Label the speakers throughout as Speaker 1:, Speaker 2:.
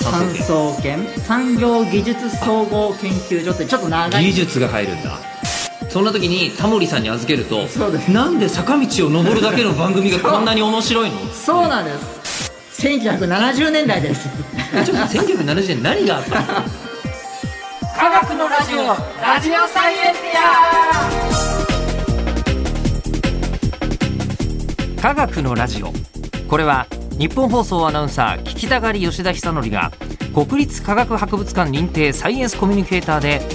Speaker 1: 産総研産業技術総合研究所ってちょっと長い
Speaker 2: 技術が入るんだそんな時にタモリさんに預けると
Speaker 1: そうです
Speaker 2: なんで坂道を登るだけの番組がこんなに面白いの
Speaker 1: そうなんです1970年代です
Speaker 2: ちょっと1970年何があったの
Speaker 3: 科学のラジオラジオサイエンティ
Speaker 4: 科学のラジオこれは日本放送アナウンサー聞きたがり吉田久典が国立科学博物館認定サイエンスコミュニケーターで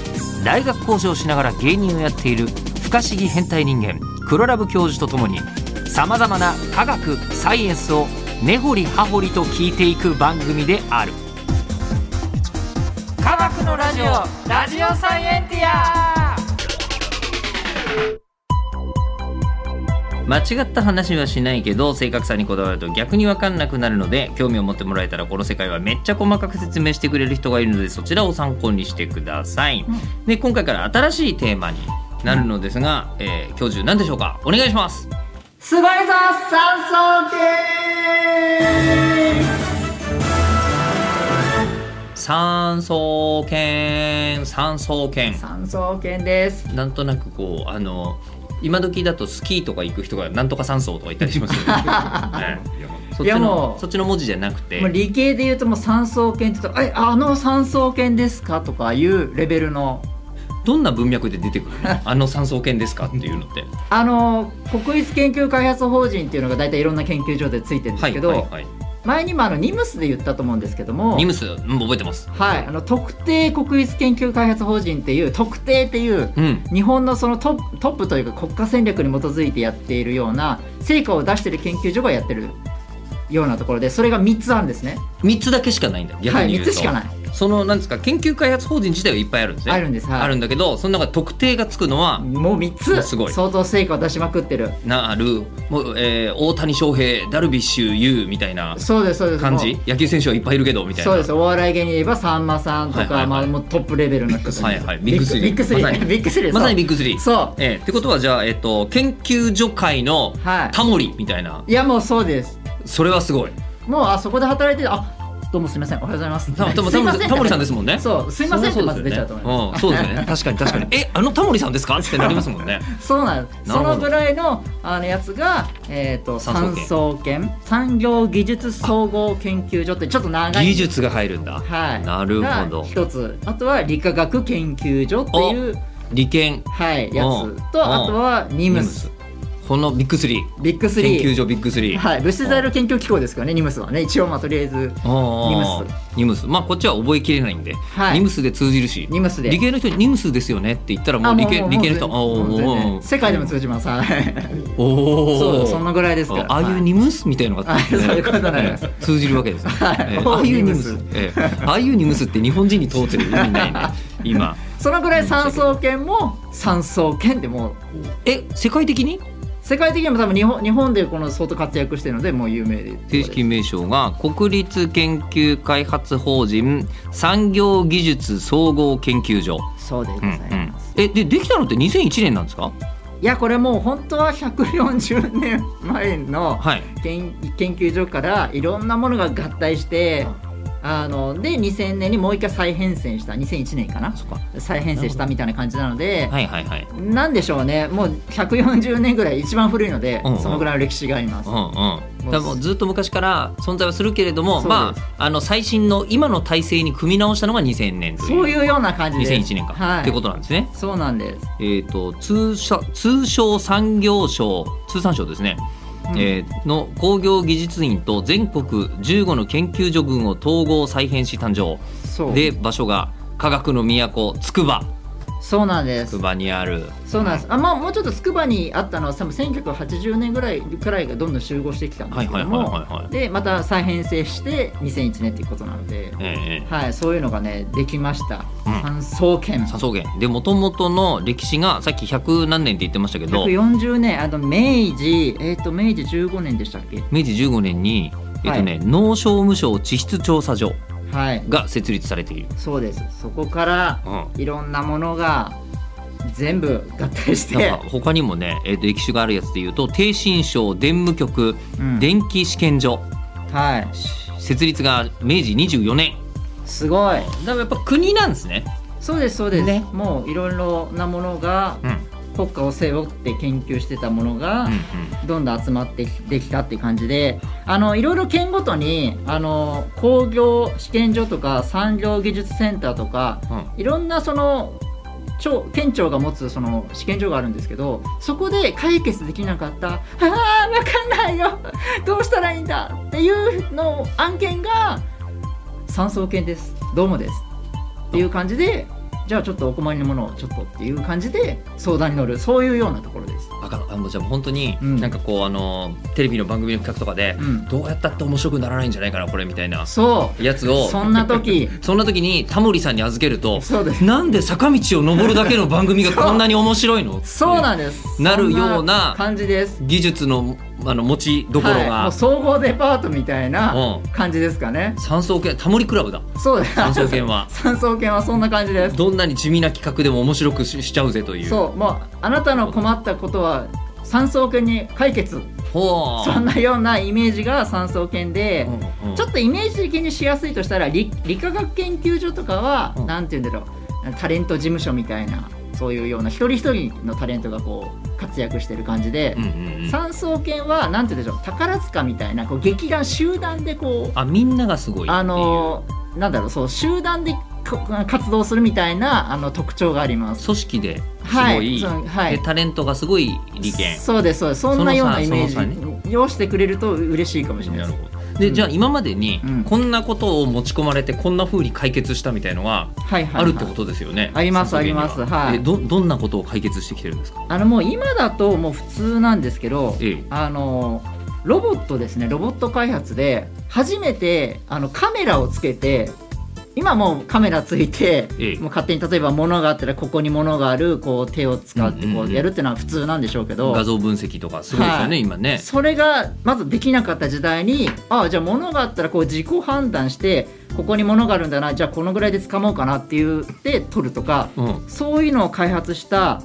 Speaker 4: 大学講師をしながら芸人をやっている不可思議変態人間黒ラブ教授とともにさまざまな科学サイエンスを根掘り葉掘りと聞いていく番組である
Speaker 3: ア科学のラジオラジオサイエンティア
Speaker 2: 間違った話はしないけど正確さにこだわると逆に分かんなくなるので興味を持ってもらえたらこの世界はめっちゃ細かく説明してくれる人がいるのでそちらを参考にしてください、で今回から新しいテーマになるのですが、えー教授何でしょうかお願いします
Speaker 1: すごいぞ産総研
Speaker 2: 酸素研酸素研
Speaker 1: 産総研です
Speaker 2: なんとなくこうあの今時だとスキーとか行く人がなんとか酸素とか言ったりしますよねねそっ
Speaker 1: い
Speaker 2: ち
Speaker 1: やも
Speaker 2: の
Speaker 1: う
Speaker 2: そっちの文字じゃなくて
Speaker 1: もう理系でいうともう産総研って言うと「えあの産総研ですか?」とかいうレベルの
Speaker 2: どんな文脈で出てくる のあの酸素研ですかっていうのって
Speaker 1: あの国立研究開発法人っていうのが大体いろんな研究所でついてるんですけど、
Speaker 2: はいはいはい、
Speaker 1: 前にもあのニムスで言ったと思うんですけども
Speaker 2: ニムス、うん、覚えてます。
Speaker 1: はい、あの特定国立研究開発法人っていう特定っていう
Speaker 2: うん。
Speaker 1: 日本のそのトップトップというか国家戦略に基づいてやっているような成果を出している研究所がやってるようなところでそれが3つあるんですね
Speaker 2: 三つだけしかないんだ。逆
Speaker 1: はい
Speaker 2: に言
Speaker 1: 3
Speaker 2: うと。
Speaker 1: つしかない
Speaker 2: そのなんですか研究開発法人自体はいっぱいあるんですね。
Speaker 1: あるんですはい
Speaker 2: あるんだけど、その中特定がつくのは。
Speaker 1: もう3
Speaker 2: もう
Speaker 1: つ
Speaker 2: すごい
Speaker 1: 相当成果を出しまくってる
Speaker 2: なる、もう、えー大谷翔平、ダルビッシュ有みたいな
Speaker 1: そうですそうです
Speaker 2: 感
Speaker 1: も
Speaker 2: じ。野球選手はいっぱいいるけどみたいな。
Speaker 1: そうですお笑い芸人で言えばさんまさんとか、
Speaker 2: はいはいはい
Speaker 1: まあ、もうトップレベルの人たち
Speaker 2: はいはいビッグスリー
Speaker 1: ビッグスリ
Speaker 2: まさに
Speaker 1: ービッグスリー
Speaker 2: まさにビ
Speaker 1: ッ
Speaker 2: ッグスリー。
Speaker 1: そう
Speaker 2: えーってことはじゃあ、えっ、と、研究所会の
Speaker 1: はい
Speaker 2: タモリみたいな。
Speaker 1: いやもうそうです
Speaker 2: それはすごい。
Speaker 1: もうあそこで働いてるあどうもすみませんおはようございます
Speaker 2: タモタモタモリさんタモリさんですもんね。
Speaker 1: そうすいませんってまず出ちゃうと思います
Speaker 2: そうですよね うん、そうですよね。確かに確かに。え、あのタモリさんですかってなりますもんね。
Speaker 1: そう なんです
Speaker 2: な
Speaker 1: そ
Speaker 2: るほど
Speaker 1: のぐらいのあのやつが、えー、と
Speaker 2: 産
Speaker 1: 産
Speaker 2: 総
Speaker 1: 総研産業技術総合研究所ってちょっと長い
Speaker 2: 技術が入るんだ。
Speaker 1: はい
Speaker 2: なるほど
Speaker 1: が一つあとは理化学研究所っていう、
Speaker 2: 理研
Speaker 1: はい、や
Speaker 2: お
Speaker 1: つとあとはニムス
Speaker 2: このビッグスリー
Speaker 1: ビッグス
Speaker 2: 研
Speaker 1: リ
Speaker 2: 究
Speaker 1: ー
Speaker 2: 所ビッグスリー
Speaker 1: はい、物質材料研究機構ですからねニムスはね一応まあとりあえず
Speaker 2: あ
Speaker 1: ニム
Speaker 2: ーニムスまあこっちは覚えきれないんで、
Speaker 1: はい
Speaker 2: ニムスで通じるし
Speaker 1: ニムスで
Speaker 2: 理系の人にニムスですよねって言ったらも
Speaker 1: あ
Speaker 2: う
Speaker 1: も
Speaker 2: 理
Speaker 1: う
Speaker 2: 系
Speaker 1: もう
Speaker 2: 理系の人
Speaker 1: もう全然
Speaker 2: あ
Speaker 1: 全然世界でも通じますはい
Speaker 2: おお
Speaker 1: そうそんなぐらいですから
Speaker 2: あああいうニムスみたいなのがあったんで
Speaker 1: あ
Speaker 2: すね
Speaker 1: そういうことになります
Speaker 2: ええ通じるわけですね、
Speaker 1: はい
Speaker 2: ええああいうニムス
Speaker 1: ニム
Speaker 2: ええああいうニムスって日本人に通ってる意味ないね今
Speaker 1: そのぐらい産総研も産総研でもう
Speaker 2: え世界的に
Speaker 1: 世界的にも多分日本日本でこの相当活躍してるのでもう有名で
Speaker 2: 正式名称が国立研究開発法人産業技術総合研究所
Speaker 1: そうでございます、
Speaker 2: えでできたのって2001年なんですか
Speaker 1: いやこれもう本当は140年前の
Speaker 2: はい
Speaker 1: 研研究所からいろんなものが合体してあので2000年にもう一回再編成した2001年かな
Speaker 2: そっか
Speaker 1: 再編成したみたいな感じなので、
Speaker 2: はいはいはい
Speaker 1: なんでしょうねもう140年ぐらい一番古いので、
Speaker 2: うんうん
Speaker 1: そのぐらいの歴史があります、
Speaker 2: うんうん
Speaker 1: もう
Speaker 2: だからもうずっと昔から存在はするけれども
Speaker 1: そう
Speaker 2: ま
Speaker 1: です
Speaker 2: ああの最新の今の体制に組み直したのが2000年という
Speaker 1: そういうような感じです
Speaker 2: 2001年か、
Speaker 1: はい、
Speaker 2: ってことなんですね
Speaker 1: そうなんです
Speaker 2: えー、と通社通商産業省通産省ですね、
Speaker 1: うん
Speaker 2: えーの工業技術院と全国15の研究所群を統合再編し誕生
Speaker 1: そう
Speaker 2: で場所が科学の都つくば
Speaker 1: そうなんで
Speaker 2: つ
Speaker 1: す
Speaker 2: くばにある
Speaker 1: そうなんです。あ、まあ、もうちょっと筑波にあったのは、多分1980年ぐらい、くらいがどんどん集合してきたんですけど
Speaker 2: はいはいはいはいは
Speaker 1: も。
Speaker 2: い
Speaker 1: で、また再編成して、2001年っていうことなので。
Speaker 2: ええ
Speaker 1: はい、そういうのがね、できました。
Speaker 2: うん
Speaker 1: 産総研。
Speaker 2: 笹草原でもともとの歴史がさっき100何年って言ってましたけど
Speaker 1: 140年、あの明治、えっ、と、明治15年でしたっけ。
Speaker 2: 明治15年に、えっとね農商務省地質調査所
Speaker 1: はい、
Speaker 2: が設立されている、
Speaker 1: そうです。そこから、
Speaker 2: うん
Speaker 1: いろんなものが。全部合体し
Speaker 2: な
Speaker 1: て
Speaker 2: んか。他にもね、えっと歴史があるやつでいうと逓信省電務局
Speaker 1: うん
Speaker 2: 電気試験所
Speaker 1: はい。
Speaker 2: 設立が明治24年
Speaker 1: すごい
Speaker 2: だからやっぱ国なんですね。
Speaker 1: そうですそうです、
Speaker 2: ね
Speaker 1: もういろいろなものが
Speaker 2: うん。うん
Speaker 1: 国家を背負って研究してたものが
Speaker 2: う
Speaker 1: どんどん集まってきできたって感じであのいろいろ県ごとにあの工業試験所とか産業技術センターとか
Speaker 2: ん。うん。
Speaker 1: いろんなその庁県庁が持つその試験場があるんですけどそこで解決できなかった「あー分かんないよどうしたらいいんだ」っていうのを案件が「産総研ですどうもです」っていう感じでじゃあちょっとお困りのものをちょっとっていう感じで相談に乗るそういうようなところです。
Speaker 2: あかんあもうじゃあもう本当に、
Speaker 1: うん
Speaker 2: なんかこうあのテレビの番組の企画とかで、
Speaker 1: うん、
Speaker 2: どうやったって面白くならないんじゃないかなこれみたいな
Speaker 1: そ
Speaker 2: やつ
Speaker 1: う
Speaker 2: を
Speaker 1: そんな時
Speaker 2: そんな時にタモリさんに預けると
Speaker 1: そうです
Speaker 2: なんで坂道を登るだけの番 組がこんなに面白いの
Speaker 1: そう
Speaker 2: って
Speaker 1: なんです
Speaker 2: なるような
Speaker 1: そん感じです。
Speaker 2: 技術のあの持ちどころ
Speaker 1: はい、も
Speaker 2: が、
Speaker 1: う総合デパートみたいな
Speaker 2: うん
Speaker 1: 感じですかね。
Speaker 2: 三層圏タモリクラブだ
Speaker 1: そうです
Speaker 2: 三層圏は
Speaker 1: 三層犬はそんな感じです
Speaker 2: どんなに地味な企画でも面白くししちゃうぜという
Speaker 1: そうもうあなたの困ったことは三層犬に解決
Speaker 2: ほう
Speaker 1: そんなようなイメージが三層犬で
Speaker 2: う、んうん
Speaker 1: ちょっとイメージ的にしやすいとしたら理理化学研究所とかは、
Speaker 2: うん
Speaker 1: なんて言うんだろうタレント事務所みたいなそういうような一人一人のタレントがこう活躍してる感じで
Speaker 2: う、んうんうん
Speaker 1: 三層犬はなんて言うんでしょう宝塚みたいなこう劇団集団でこう
Speaker 2: あみんながすごいっていう
Speaker 1: あのーなんだろうそう集団でこ活動するみたいなあの特徴があります。
Speaker 2: 組織です
Speaker 1: は
Speaker 2: ご
Speaker 1: い
Speaker 2: い、
Speaker 1: そうはい
Speaker 2: でタレントがすごい利権
Speaker 1: そうですそうですそんなようなイメ
Speaker 2: その差
Speaker 1: ージをしてくれると嬉しいかもしれない
Speaker 2: な
Speaker 1: で
Speaker 2: る
Speaker 1: す。
Speaker 2: ほどで、
Speaker 1: うん
Speaker 2: じゃあ今までに
Speaker 1: うん
Speaker 2: こんなことを持ち込まれてこんな風に解決したみたいのは
Speaker 1: はいはい、はい、
Speaker 2: あるってことですよね、
Speaker 1: あります
Speaker 2: その時には
Speaker 1: ありますはい
Speaker 2: えどどんなことを解決してきてるんですか
Speaker 1: あのもう今だともう普通なんですけど、
Speaker 2: ええ
Speaker 1: あのーロボットですねロボット開発で初めてあのカメラをつけて今もうカメラついて、
Speaker 2: ええ
Speaker 1: もう勝手に例えば物があったらここに物があるこう手を使ってこ
Speaker 2: うんうんう
Speaker 1: うんやるっていうのは普通なんでしょうけど、
Speaker 2: 画像分析とかすごいですよね、
Speaker 1: はい
Speaker 2: 今ね
Speaker 1: それがまずできなかった時代にああじゃあ物があったらこう自己判断してここに物があるんだなじゃあこのぐらいで掴もうかなっていうで取るとか
Speaker 2: うん
Speaker 1: そういうのを開発した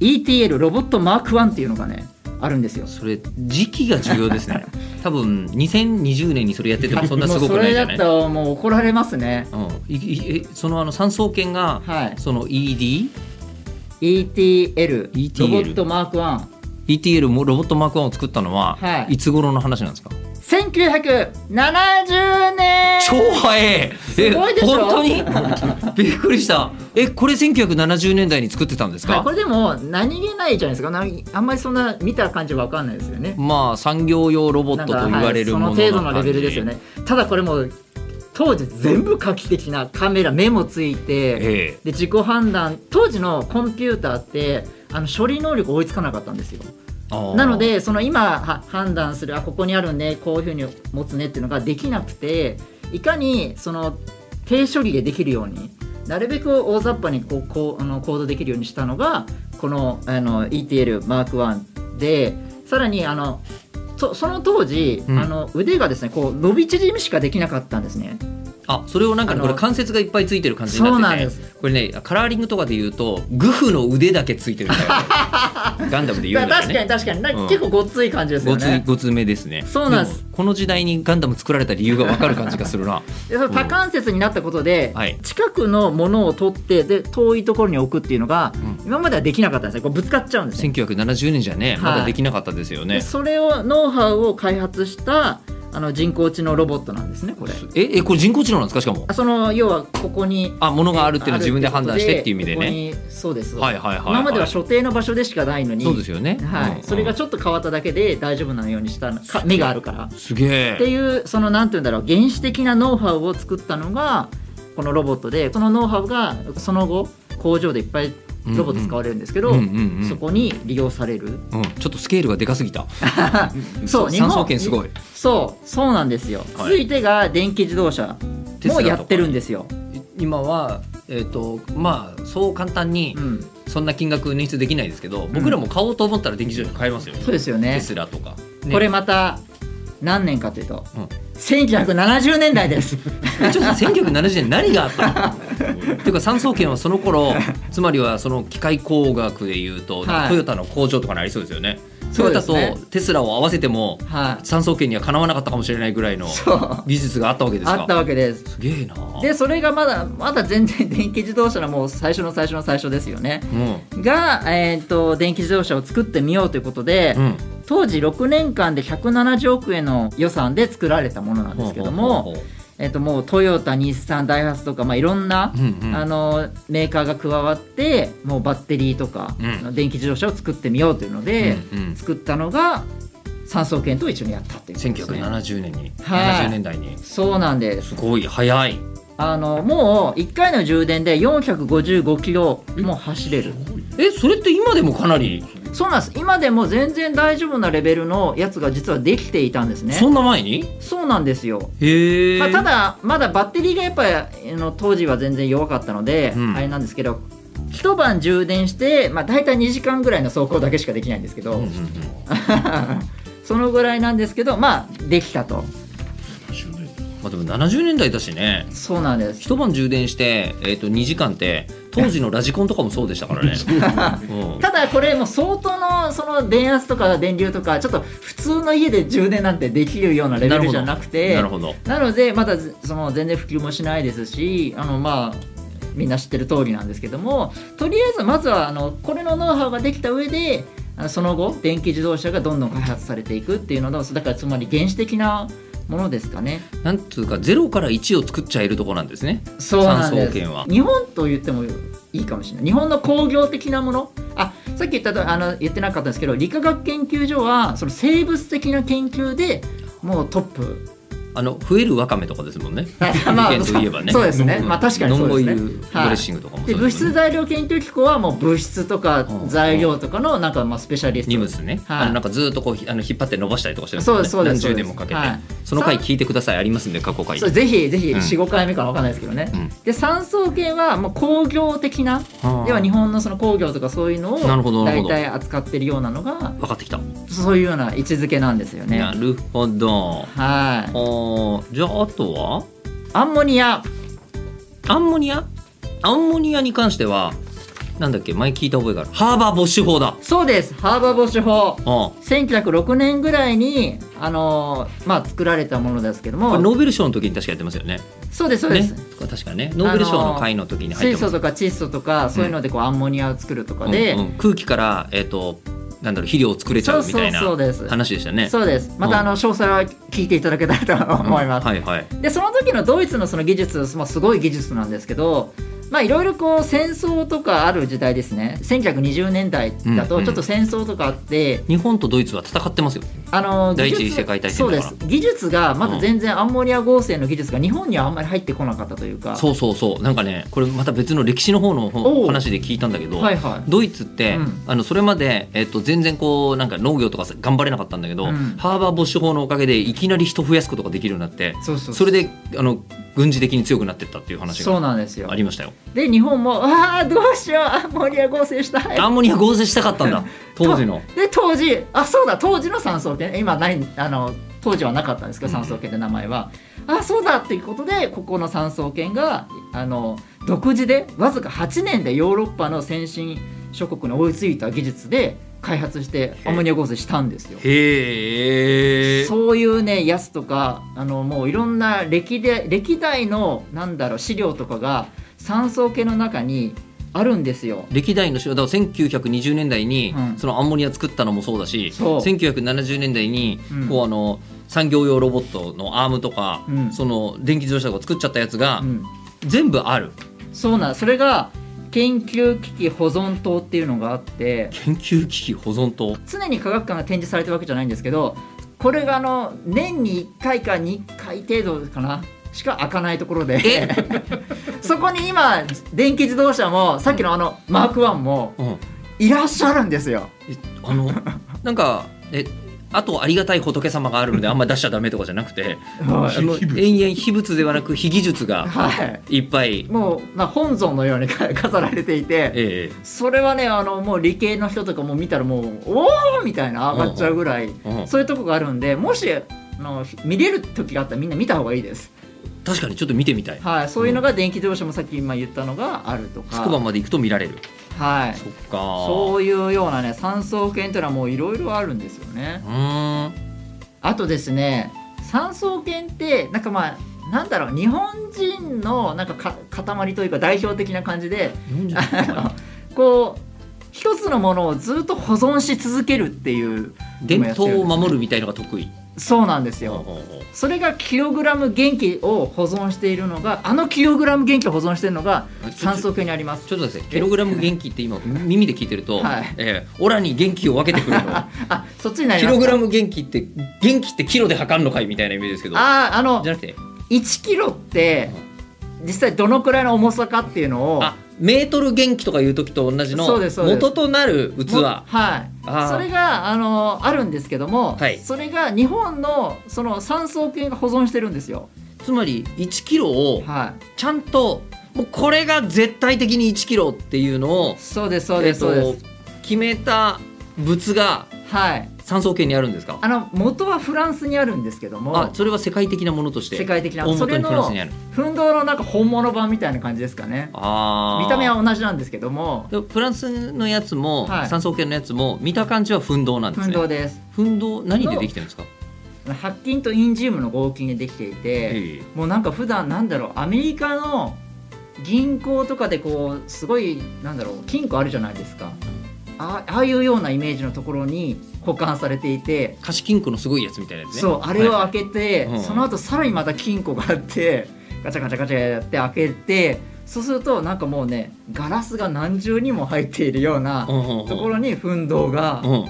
Speaker 1: ETL ロボットマーク1っていうのがねあるんですよ。
Speaker 2: それ時期が重要で すね多分2020年にそれやっててもそんなすごくないじゃな
Speaker 1: もうそれ
Speaker 2: い
Speaker 1: だともう怒られますね。
Speaker 2: うん、いいえそのあの三層圏が、
Speaker 1: はい
Speaker 2: その ED
Speaker 1: ETL,
Speaker 2: ETL
Speaker 1: ロボットマーク1
Speaker 2: ETL もロボットマーク1を作ったのは、
Speaker 1: はい
Speaker 2: い、つ頃の話なんですか
Speaker 1: 1970年
Speaker 2: 超早い
Speaker 1: すごいでしょ
Speaker 2: え本当にびっくりしたえこれ1970年代に作ってたんですか、
Speaker 1: はい、これでも何気ないじゃないですかなあんまりそんな見た感じは分かんないですよね。
Speaker 2: まあ産業用ロボットと言われるも
Speaker 1: な
Speaker 2: の
Speaker 1: んかはいその程度のレベルですよねただこれもう当時全部画期的なカメラ目もついて
Speaker 2: え
Speaker 1: で自己判断当時のコンピューターってあの処理能力追いつかなかったんですよ
Speaker 2: え
Speaker 1: なのでその今は判断するあここにあるねこういうふうに持つねっていうのができなくていかにその低処理でできるようになるべく大雑把にこうこうあの行動できるようにしたのがこのあの ETL マーク1でさらにあのそその当時、
Speaker 2: うん
Speaker 1: あの腕がですねこう伸び縮みしかできなかったんですね。
Speaker 2: あそれをなんかね
Speaker 1: あの
Speaker 2: これ関節がいっぱいついてる感じになってて
Speaker 1: そうなんです
Speaker 2: これねカラーリングとかで言うとグフの腕だけついてる みたいなガンダムで言う
Speaker 1: だ
Speaker 2: ん
Speaker 1: か
Speaker 2: だ
Speaker 1: ら確か
Speaker 2: よね
Speaker 1: に確かに、なんか
Speaker 2: うん
Speaker 1: 結構ごっつい感じですよ
Speaker 2: ごつ
Speaker 1: ね。
Speaker 2: ごつめですね
Speaker 1: そうなんです
Speaker 2: もこの時代にガンダム作られた理由がわかる感じがする な
Speaker 1: でその多関節になったことで、
Speaker 2: はい
Speaker 1: 近くのものを取ってで遠いところに置くっていうのが、
Speaker 2: う
Speaker 1: 今まではできなかったんですねこうぶつかっちゃうんですね
Speaker 2: 1970年じゃね、まだできなかったですよ
Speaker 1: で
Speaker 2: ね
Speaker 1: それをノウハウを開発したあの人工知能ロボットなんですねこれ
Speaker 2: ええこれ人工知能なんですかしかも
Speaker 1: あその要はここに
Speaker 2: あ物があるっていうのは自分で判断してっていう意味でね
Speaker 1: ここにそうです、
Speaker 2: はいはいはい、はい、
Speaker 1: 今までは所定の場所でしかないのに
Speaker 2: そうですよね、
Speaker 1: はい
Speaker 2: うんうん
Speaker 1: それがちょっと変わっただけで大丈夫なようにしたのか目があるから
Speaker 2: すげえ
Speaker 1: っていうそのなんて言うんだろう原始的なノウハウを作ったのがこのロボットでそのノウハウがその後工場でいっぱいロボット使われるんですけど、
Speaker 2: うんうんうん
Speaker 1: そこに利用される
Speaker 2: うん、ちょっとスケールがでかすぎた。
Speaker 1: そう
Speaker 2: 三層圏すごい。
Speaker 1: そうそうなんですよ、
Speaker 2: はい
Speaker 1: 続いてが電気自動車
Speaker 2: テスラ
Speaker 1: も
Speaker 2: とか
Speaker 1: やってるんですよ、
Speaker 2: 今は、えっ、と、まあ、そう簡単に
Speaker 1: う、ん、
Speaker 2: そんな金額捻出できないですけど、僕らも買おうと思ったら電気自動車買えますよ。
Speaker 1: そうですよね
Speaker 2: テスラとか。ね
Speaker 1: これまた何年かというと、
Speaker 2: うん
Speaker 1: 1970年代 です
Speaker 2: ちょっと1970年何があったの っていうか三層圏はその頃つまりはその機械工学でいうと、
Speaker 1: はい
Speaker 2: トヨタの工場とかにありそうですよねトヨタ
Speaker 1: そうで
Speaker 2: と
Speaker 1: す
Speaker 2: テスラを合わせても
Speaker 1: はい、
Speaker 2: 産総研にはかなわなかったかもしれないぐらいの
Speaker 1: そう
Speaker 2: 技術があったわけですか
Speaker 1: あったわけです
Speaker 2: すげえな
Speaker 1: でそれがまだまだ全然電気自動車のもう最初の最初の最初ですよね
Speaker 2: うん
Speaker 1: が、えー、と電気自動車を作ってみようということで、
Speaker 2: うん
Speaker 1: 当時6年間で170億円の予算で作られたものなんですけども、
Speaker 2: ほうほうほ
Speaker 1: えー、ともうトヨタ日産ダイハツとか、まあ、いろんな
Speaker 2: う、うんうん
Speaker 1: あのメーカーが加わってもうバッテリーとか、
Speaker 2: うん
Speaker 1: 電気自動車を作ってみようというので、
Speaker 2: うんうん
Speaker 1: 作ったのが産総研と一緒にやったっていうことです、ね、
Speaker 2: 1970年に、
Speaker 1: はい
Speaker 2: 70年代に
Speaker 1: そうなんです
Speaker 2: すごい早い
Speaker 1: あのもう1回の充電で455キロも走れる
Speaker 2: えそれって今でもかなり、
Speaker 1: そうなんです今でも全然大丈夫なレベルのやつが実はできていたんですね
Speaker 2: そんな前に
Speaker 1: そうなんですよ、
Speaker 2: へえ、
Speaker 1: まあ、ただまだバッテリーがやっぱりあの当時は全然弱かったので、
Speaker 2: うん
Speaker 1: あれなんですけど一晩充電して、まあ、大体2時間ぐらいの走行だけしかできないんですけど、
Speaker 2: うんうんうん、
Speaker 1: そのぐらいなんですけどまあできたと
Speaker 2: まあでも70年代だしね
Speaker 1: そうなんです
Speaker 2: 一晩充電して、えー、と2時間って当時のラジコンとかもそうでしたから ね、うん
Speaker 1: ただこれもう相当のその電圧とか電流とかちょっと普通の家で充電なんてできるようなレベルじゃなくて
Speaker 2: なるほど
Speaker 1: なのでまだずその全然普及もしないですしあのまあみんな知ってる通りなんですけどもとりあえずまずはあのこれのノウハウができた上であのその後電気自動車がどんどん開発されていくっていうののだからつまり原始的なものですかね
Speaker 2: なんつうかゼロから1を作っちゃいるとこなんですね
Speaker 1: そうなん
Speaker 2: 産
Speaker 1: で
Speaker 2: 総
Speaker 1: す
Speaker 2: 研は
Speaker 1: 日本と言ってもいいかもしれない日本の工業的なものあさっき言ったとあの言ってなかったんですけど理化学研究所はその生物的な研究でもうトップ
Speaker 2: あの増えるわかめとかですもんね
Speaker 1: ま あ
Speaker 2: 意見といえばね
Speaker 1: そうそうですね
Speaker 2: ん
Speaker 1: まあ確かにそうですね
Speaker 2: ノンゴイルドレッシングとかも
Speaker 1: で
Speaker 2: そう
Speaker 1: 物
Speaker 2: です
Speaker 1: 質
Speaker 2: ね
Speaker 1: 材料研究機構はもう物質とか
Speaker 2: うん
Speaker 1: 材料とかのなんかまあスペシャリスト
Speaker 2: 荷物ね、
Speaker 1: はい
Speaker 2: あのなんかずっとこうひあの引っ張って伸ばしたりとかしてるん
Speaker 1: そうですそうです
Speaker 2: 何十年もかけて、
Speaker 1: はい
Speaker 2: その回聞いてくださいありますんで過去回
Speaker 1: そうぜひぜひ
Speaker 2: うん
Speaker 1: 45回目かわかんないですけどね、
Speaker 2: うん
Speaker 1: で産総研はもう工業的なでは日
Speaker 2: 本
Speaker 1: 本のその工業とかそういうのを
Speaker 2: なるほどなる
Speaker 1: 大
Speaker 2: ほど
Speaker 1: 体扱ってるようなのが
Speaker 2: 分かってきた、
Speaker 1: そういうような位置づけなんですよね
Speaker 2: なるほど
Speaker 1: はい
Speaker 2: おじゃああとは
Speaker 1: アンモニア
Speaker 2: アンモニアアンモニアに関してはなんだっけ前聞いた覚えがあるハーバーボッシュ法だ
Speaker 1: そうですハーバーボッシュ法
Speaker 2: あ
Speaker 1: 1906年ぐらいに、あのーまあ、作られたものですけど
Speaker 2: あこれノ
Speaker 1: も
Speaker 2: ーベル賞の時に確かやってますよね
Speaker 1: そうですそうです、
Speaker 2: ね確かねノーベル賞の会の時に入
Speaker 1: 水
Speaker 2: って
Speaker 1: 素
Speaker 2: ます、
Speaker 1: とか窒素とかそういうのでこうアンモニアを作るとか
Speaker 2: うん
Speaker 1: で、
Speaker 2: うん空気からえっ、となんだろう肥料を作れちゃうみたいな
Speaker 1: そうそうそうです
Speaker 2: 話でしたね
Speaker 1: そうですま
Speaker 2: うん
Speaker 1: たあの詳細は聞いていただけたらと思います、
Speaker 2: うんはいはい
Speaker 1: でその時のドイツのその技術もすごい技術なんですけどまあいろいろこう戦争とかある時代ですね1920年代だ
Speaker 2: うん
Speaker 1: と
Speaker 2: うん
Speaker 1: ちょっと戦争とかあって、
Speaker 2: 日本とドイツは戦ってますよ
Speaker 1: あの
Speaker 2: 第一
Speaker 1: 技術
Speaker 2: 次世界大戦だから
Speaker 1: そうです技術がまだ全然アンモニア合成の技術が日本にはあんまり入ってこなかったというか
Speaker 2: そうそうそうなんかねこれまた別の歴史の方の
Speaker 1: お
Speaker 2: ほ
Speaker 1: う
Speaker 2: 話で聞いたんだけど、
Speaker 1: はいはい
Speaker 2: ドイツって、
Speaker 1: うん
Speaker 2: あのそれまで、えっと全然こうなんか農業とかさ頑張れなかったんだけど、
Speaker 1: うん
Speaker 2: ハーバーボッシュ法のおかげでいきなり人増やすことができるようになって
Speaker 1: そうそう
Speaker 2: それであの軍事的に強くなってったっていう話
Speaker 1: そう
Speaker 2: が
Speaker 1: なんですよ
Speaker 2: ありましたよ。
Speaker 1: で日本もああどうしようアンモニア合成したい
Speaker 2: アンモニア合成したかったんだ 当時の。
Speaker 1: で当時あそうだ当時の産総研今ないあの当時はなかったんですけど
Speaker 2: うん
Speaker 1: 産総研って名前は、あそうだっていうことでここの産総研があの独自でわずか8年でヨーロッパの先進諸国に追いついた技術で開発してアンモニア合成したんですよ。
Speaker 2: へえ。
Speaker 1: そういうねやつとかあのもういろんな歴で歴代のなんだろう資料とかが産総研の中にあるんですよ。
Speaker 2: 歴代のだから1920年代に、
Speaker 1: うん
Speaker 2: そのアンモニア作ったのもそうだし
Speaker 1: そう
Speaker 2: 1970年代に、
Speaker 1: うん
Speaker 2: こうあの産業用ロボットのアームとか、
Speaker 1: うん
Speaker 2: その電気自動車とか作っちゃったやつが、
Speaker 1: うん
Speaker 2: 全部ある
Speaker 1: そうなんそれが研究機器保存棟っていうのがあって
Speaker 2: 研究機器保存と
Speaker 1: 常に科学館が展示されてるわけじゃないんですけどこれがあの年に1回か2回程度かなしか開かないところで そこに今電気自動車もさっきのあのマーク1も
Speaker 2: うん
Speaker 1: いらっしゃるんですよ。
Speaker 2: え あのなんかえあとありがたい仏様があるのであんま出しちゃダメとかじゃなくて
Speaker 1: は
Speaker 2: あの延々秘仏ではなく非技術
Speaker 1: い、
Speaker 2: が
Speaker 1: はい
Speaker 2: いっぱい、
Speaker 1: もう、まあ、本尊のように 飾られていて
Speaker 2: え
Speaker 1: それはねあのもう理系の人とかも見たらもうおおみたいな上がっちゃうぐらい
Speaker 2: えうん
Speaker 1: そういうとこがあるんでもしあの見れる時があったらみんな見た方がいいです。
Speaker 2: 確かにちょっと見てみたい、
Speaker 1: はい、そういうのが電気自動車もさっき今言ったのがあるとか、
Speaker 2: 筑波まで行くと見られる
Speaker 1: はい、
Speaker 2: そっか
Speaker 1: そういうようなね産総研というのはもういろいろあるんですよね。
Speaker 2: うーん
Speaker 1: あとですね産総研ってなんかまあなんだろう日本人のなんかか塊というか代表的な感じで
Speaker 2: 日本人の
Speaker 1: あ のこう一つのものをずっと保存し続けるっていう
Speaker 2: 伝統を守るみたいのが得意
Speaker 1: そうなんですよ。
Speaker 2: ほうほうほう
Speaker 1: それがキログラム元気を保存しているのがあのキログラム元気を保存しているのが
Speaker 2: ちょ
Speaker 1: 三層系にあります
Speaker 2: ちょっとですねキログラム元気って今耳で聞いてると、
Speaker 1: はい
Speaker 2: えーオラに元気を分けてくる の
Speaker 1: あそっちになり
Speaker 2: キ
Speaker 1: ます
Speaker 2: ログラ
Speaker 1: ム
Speaker 2: ム元気って元気ってキロで測るのかいみたいなイメージですけどじゃ
Speaker 1: あああの
Speaker 2: なくて
Speaker 1: 1キロって実際どのくらいの重さかっていうのを
Speaker 2: あメートル元気とかいう時と同じの
Speaker 1: そうですそうです
Speaker 2: 元となる器
Speaker 1: もはい
Speaker 2: あー
Speaker 1: それがあのあるんですけども、
Speaker 2: はい
Speaker 1: それが日本のその三層系が保存してるんですよ
Speaker 2: つまり1キロを
Speaker 1: はい
Speaker 2: ちゃんともうこれが絶対的に1キロっていうのを
Speaker 1: そうですそうですそう
Speaker 2: えっ
Speaker 1: で
Speaker 2: と
Speaker 1: す、
Speaker 2: 決めた物が
Speaker 1: はい
Speaker 2: 三層圏にあるんですか
Speaker 1: あの元はフランスにあるんですけども
Speaker 2: あそれは世界的なものとして
Speaker 1: 世界的な
Speaker 2: 大
Speaker 1: そ
Speaker 2: 元
Speaker 1: れ
Speaker 2: にフランス
Speaker 1: の
Speaker 2: にある
Speaker 1: 奮闘のなんか本物版みたいな感じですかね
Speaker 2: あー
Speaker 1: 見た目は同じなんですけども
Speaker 2: でもフランスのやつも、
Speaker 1: はい
Speaker 2: 三層圏のやつも見た感じはふんどうなんです
Speaker 1: 奮
Speaker 2: ね
Speaker 1: 闘です
Speaker 2: ふんどう何でできてるんですか
Speaker 1: 白金とインジウムの合金でできていて
Speaker 2: ええ
Speaker 1: もうなんか普段なんだろうアメリカの銀行とかでこうすごいなんだろう金庫あるじゃないですかあああいうようなイメージのところに保管されていて
Speaker 2: 貸金庫のすごいやつみたいなやつね
Speaker 1: そうあれを
Speaker 2: は
Speaker 1: 開けて、
Speaker 2: うん
Speaker 1: その後さらにまた金庫があってガチャガチャガチャやって開けてそうするとなんかもうねガラスが何重にも入っているようない
Speaker 2: うんうんうん
Speaker 1: ところに奮闘が
Speaker 2: うん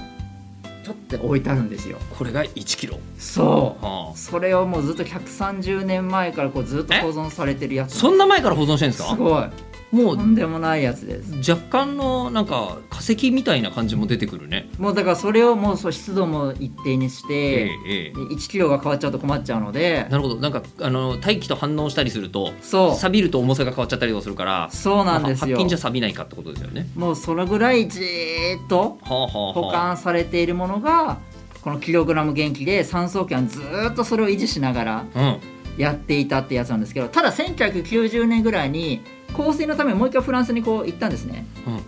Speaker 1: ちょっと置いてあるんですよ。
Speaker 2: これが1キロ
Speaker 1: そ
Speaker 2: あ
Speaker 1: うそれをもうずっと130年前からこうずっと
Speaker 2: え
Speaker 1: 保存されてるやつ
Speaker 2: そんな前から保存してるんですか
Speaker 1: すごい
Speaker 2: もう
Speaker 1: とんでもないやつです
Speaker 2: 若干のなんか化石みたいな感じも出てくるね。
Speaker 1: もうだからそれをもうそう湿度も一定にし
Speaker 2: え
Speaker 1: て、
Speaker 2: ええ
Speaker 1: で1キロが変わっちゃうと困っちゃうので
Speaker 2: えなるほどなんかあの大気と反応したりすると
Speaker 1: そう
Speaker 2: 錆びると重さが変わっちゃったりとかするから
Speaker 1: そうなんです
Speaker 2: まあ
Speaker 1: よ
Speaker 2: 発見じゃ錆びないかってことですよね。
Speaker 1: もうそのぐらいじーっと
Speaker 2: はあはあはあ
Speaker 1: 保管されているものがこのキログラム元気で産総研はずーっとそれを維持しながら
Speaker 2: うん、
Speaker 1: やっていたってやつなんですけどただ1990年ぐらいに洪水のためにもう一回フランスにこう行ったんですね、
Speaker 2: うん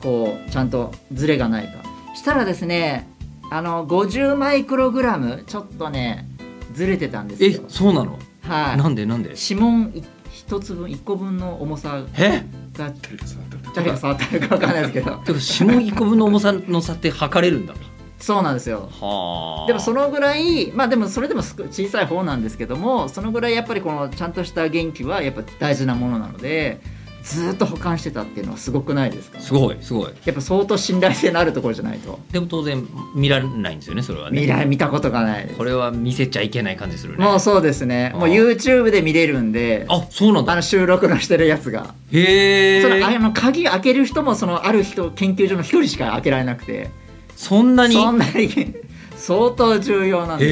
Speaker 1: こうちゃんとズレがないかしたらですねあの50マイクログラムちょっとねずれてたんです
Speaker 2: え
Speaker 1: よ
Speaker 2: そうなの、
Speaker 1: は
Speaker 2: なんでなんで
Speaker 1: い指紋い一つ分一個分の重さ
Speaker 2: え
Speaker 5: 誰
Speaker 1: が
Speaker 5: か触ったこと
Speaker 1: 誰が触ったのかわかんないですけど
Speaker 2: でも指紋1個分の重さの差って測れるんだ。
Speaker 1: そうなんですよ
Speaker 2: はあ。
Speaker 1: でもそのぐらいまあでもそれでもすく小さい方なんですけどもそのぐらいやっぱりこのちゃんとした元気はやっぱ大事なものなのでずーっと保管してたっていうのはすごくないですか
Speaker 2: すごいすごい。
Speaker 1: やっぱ相当信頼性のあるところじゃないと
Speaker 2: でも当然見られないんですよねそれはね。
Speaker 1: 未来見たことがないです
Speaker 2: これは見せちゃいけない感じするね。
Speaker 1: もうそうですねもう
Speaker 2: あー
Speaker 1: YouTube で見れるんで
Speaker 2: あそうなん
Speaker 1: あ
Speaker 2: だ。
Speaker 1: の収録のしてるやつが、
Speaker 2: へえ。
Speaker 1: そのあの鍵開ける人もそのある人研究所の一人しか開けられなくて
Speaker 2: そんなに
Speaker 1: そんなに相当重要なんで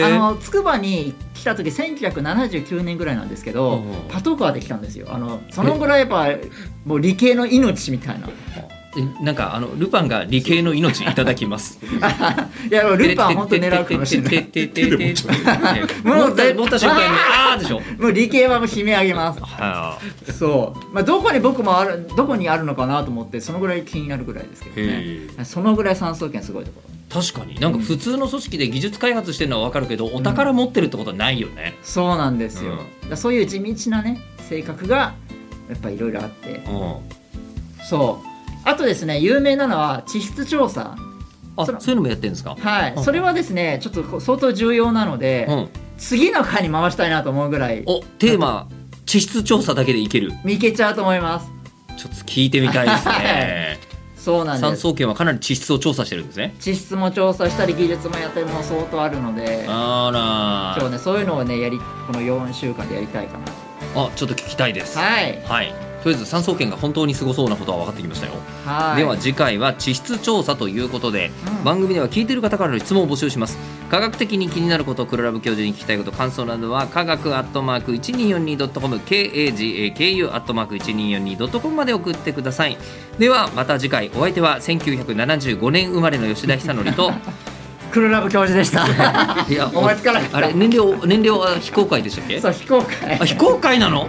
Speaker 1: すよ
Speaker 2: へえ。
Speaker 1: あのつくばに来た時1979年ぐらいなんですけど、
Speaker 2: うんうん
Speaker 1: パトカーで来たんですよあのそのぐらいやっぱもう理系の命みたいな
Speaker 2: えなんかあのルパンが理系の命いただきます。
Speaker 1: いやルパンは本当狙うかもしれない
Speaker 2: てってってってって
Speaker 1: も
Speaker 2: 持
Speaker 1: う
Speaker 2: った持った瞬間にああーでしょ。
Speaker 1: もう理系はもう悲鳴上げま
Speaker 2: はあ。
Speaker 1: すそう、まあ、どこに僕もあるどこにあるのかなと思ってそのぐらい気になるぐらいですけどね
Speaker 2: へえ。
Speaker 1: そのぐらい産総研すごいところ
Speaker 2: 確かになんか普通の組織で技術開発してるのはわかるけどお宝持ってるってことはないよね。
Speaker 1: そうなんですよ、
Speaker 2: うん
Speaker 1: だからそういう地道なね性格がやっぱいろいろあって
Speaker 2: うん。
Speaker 1: そうあとですね有名なのは地質調査
Speaker 2: あ
Speaker 1: その
Speaker 2: そういうのもやってるんですか。
Speaker 1: はい、
Speaker 2: うん
Speaker 1: それはですねちょっとこう相当重要なので、
Speaker 2: うん。
Speaker 1: 次の回に回したいなと思うぐらい
Speaker 2: おテーマ地質調査だけでいける。
Speaker 1: 見けちゃうと思います
Speaker 2: ちょっと聞いてみたいですね。
Speaker 1: そうなんで
Speaker 2: 産
Speaker 1: す
Speaker 2: 総研はかなり地質を調査してるんですね。
Speaker 1: 地質も調査したり技術もやったりもう相当あるので
Speaker 2: あ
Speaker 1: 今日ね
Speaker 2: ら。
Speaker 1: そういうのをねやりこの4週間でやりたいかな
Speaker 2: あちょっと聞きたいです。
Speaker 1: はい
Speaker 2: はい。とりあえず産総研が本当にすごそうなことは分かってきましたよ。
Speaker 1: はい
Speaker 2: では次回は地質調査ということで、
Speaker 1: うん
Speaker 2: 番組では聞いてる方からの質問を募集します科学的に気になること黒ラブ教授に聞きたいこと感想などは科学アットマーク 1242.com KAGAKU アットマーク 1242.com まで送ってくださいではまた次回お相手は1975年生まれの吉田久典と
Speaker 1: 黒ラブ教授でした。
Speaker 2: いや
Speaker 1: 思いつかなかった
Speaker 2: あれ年齢を年齢は非公開でしたっけ
Speaker 1: そう非公開
Speaker 2: あ。非公開なの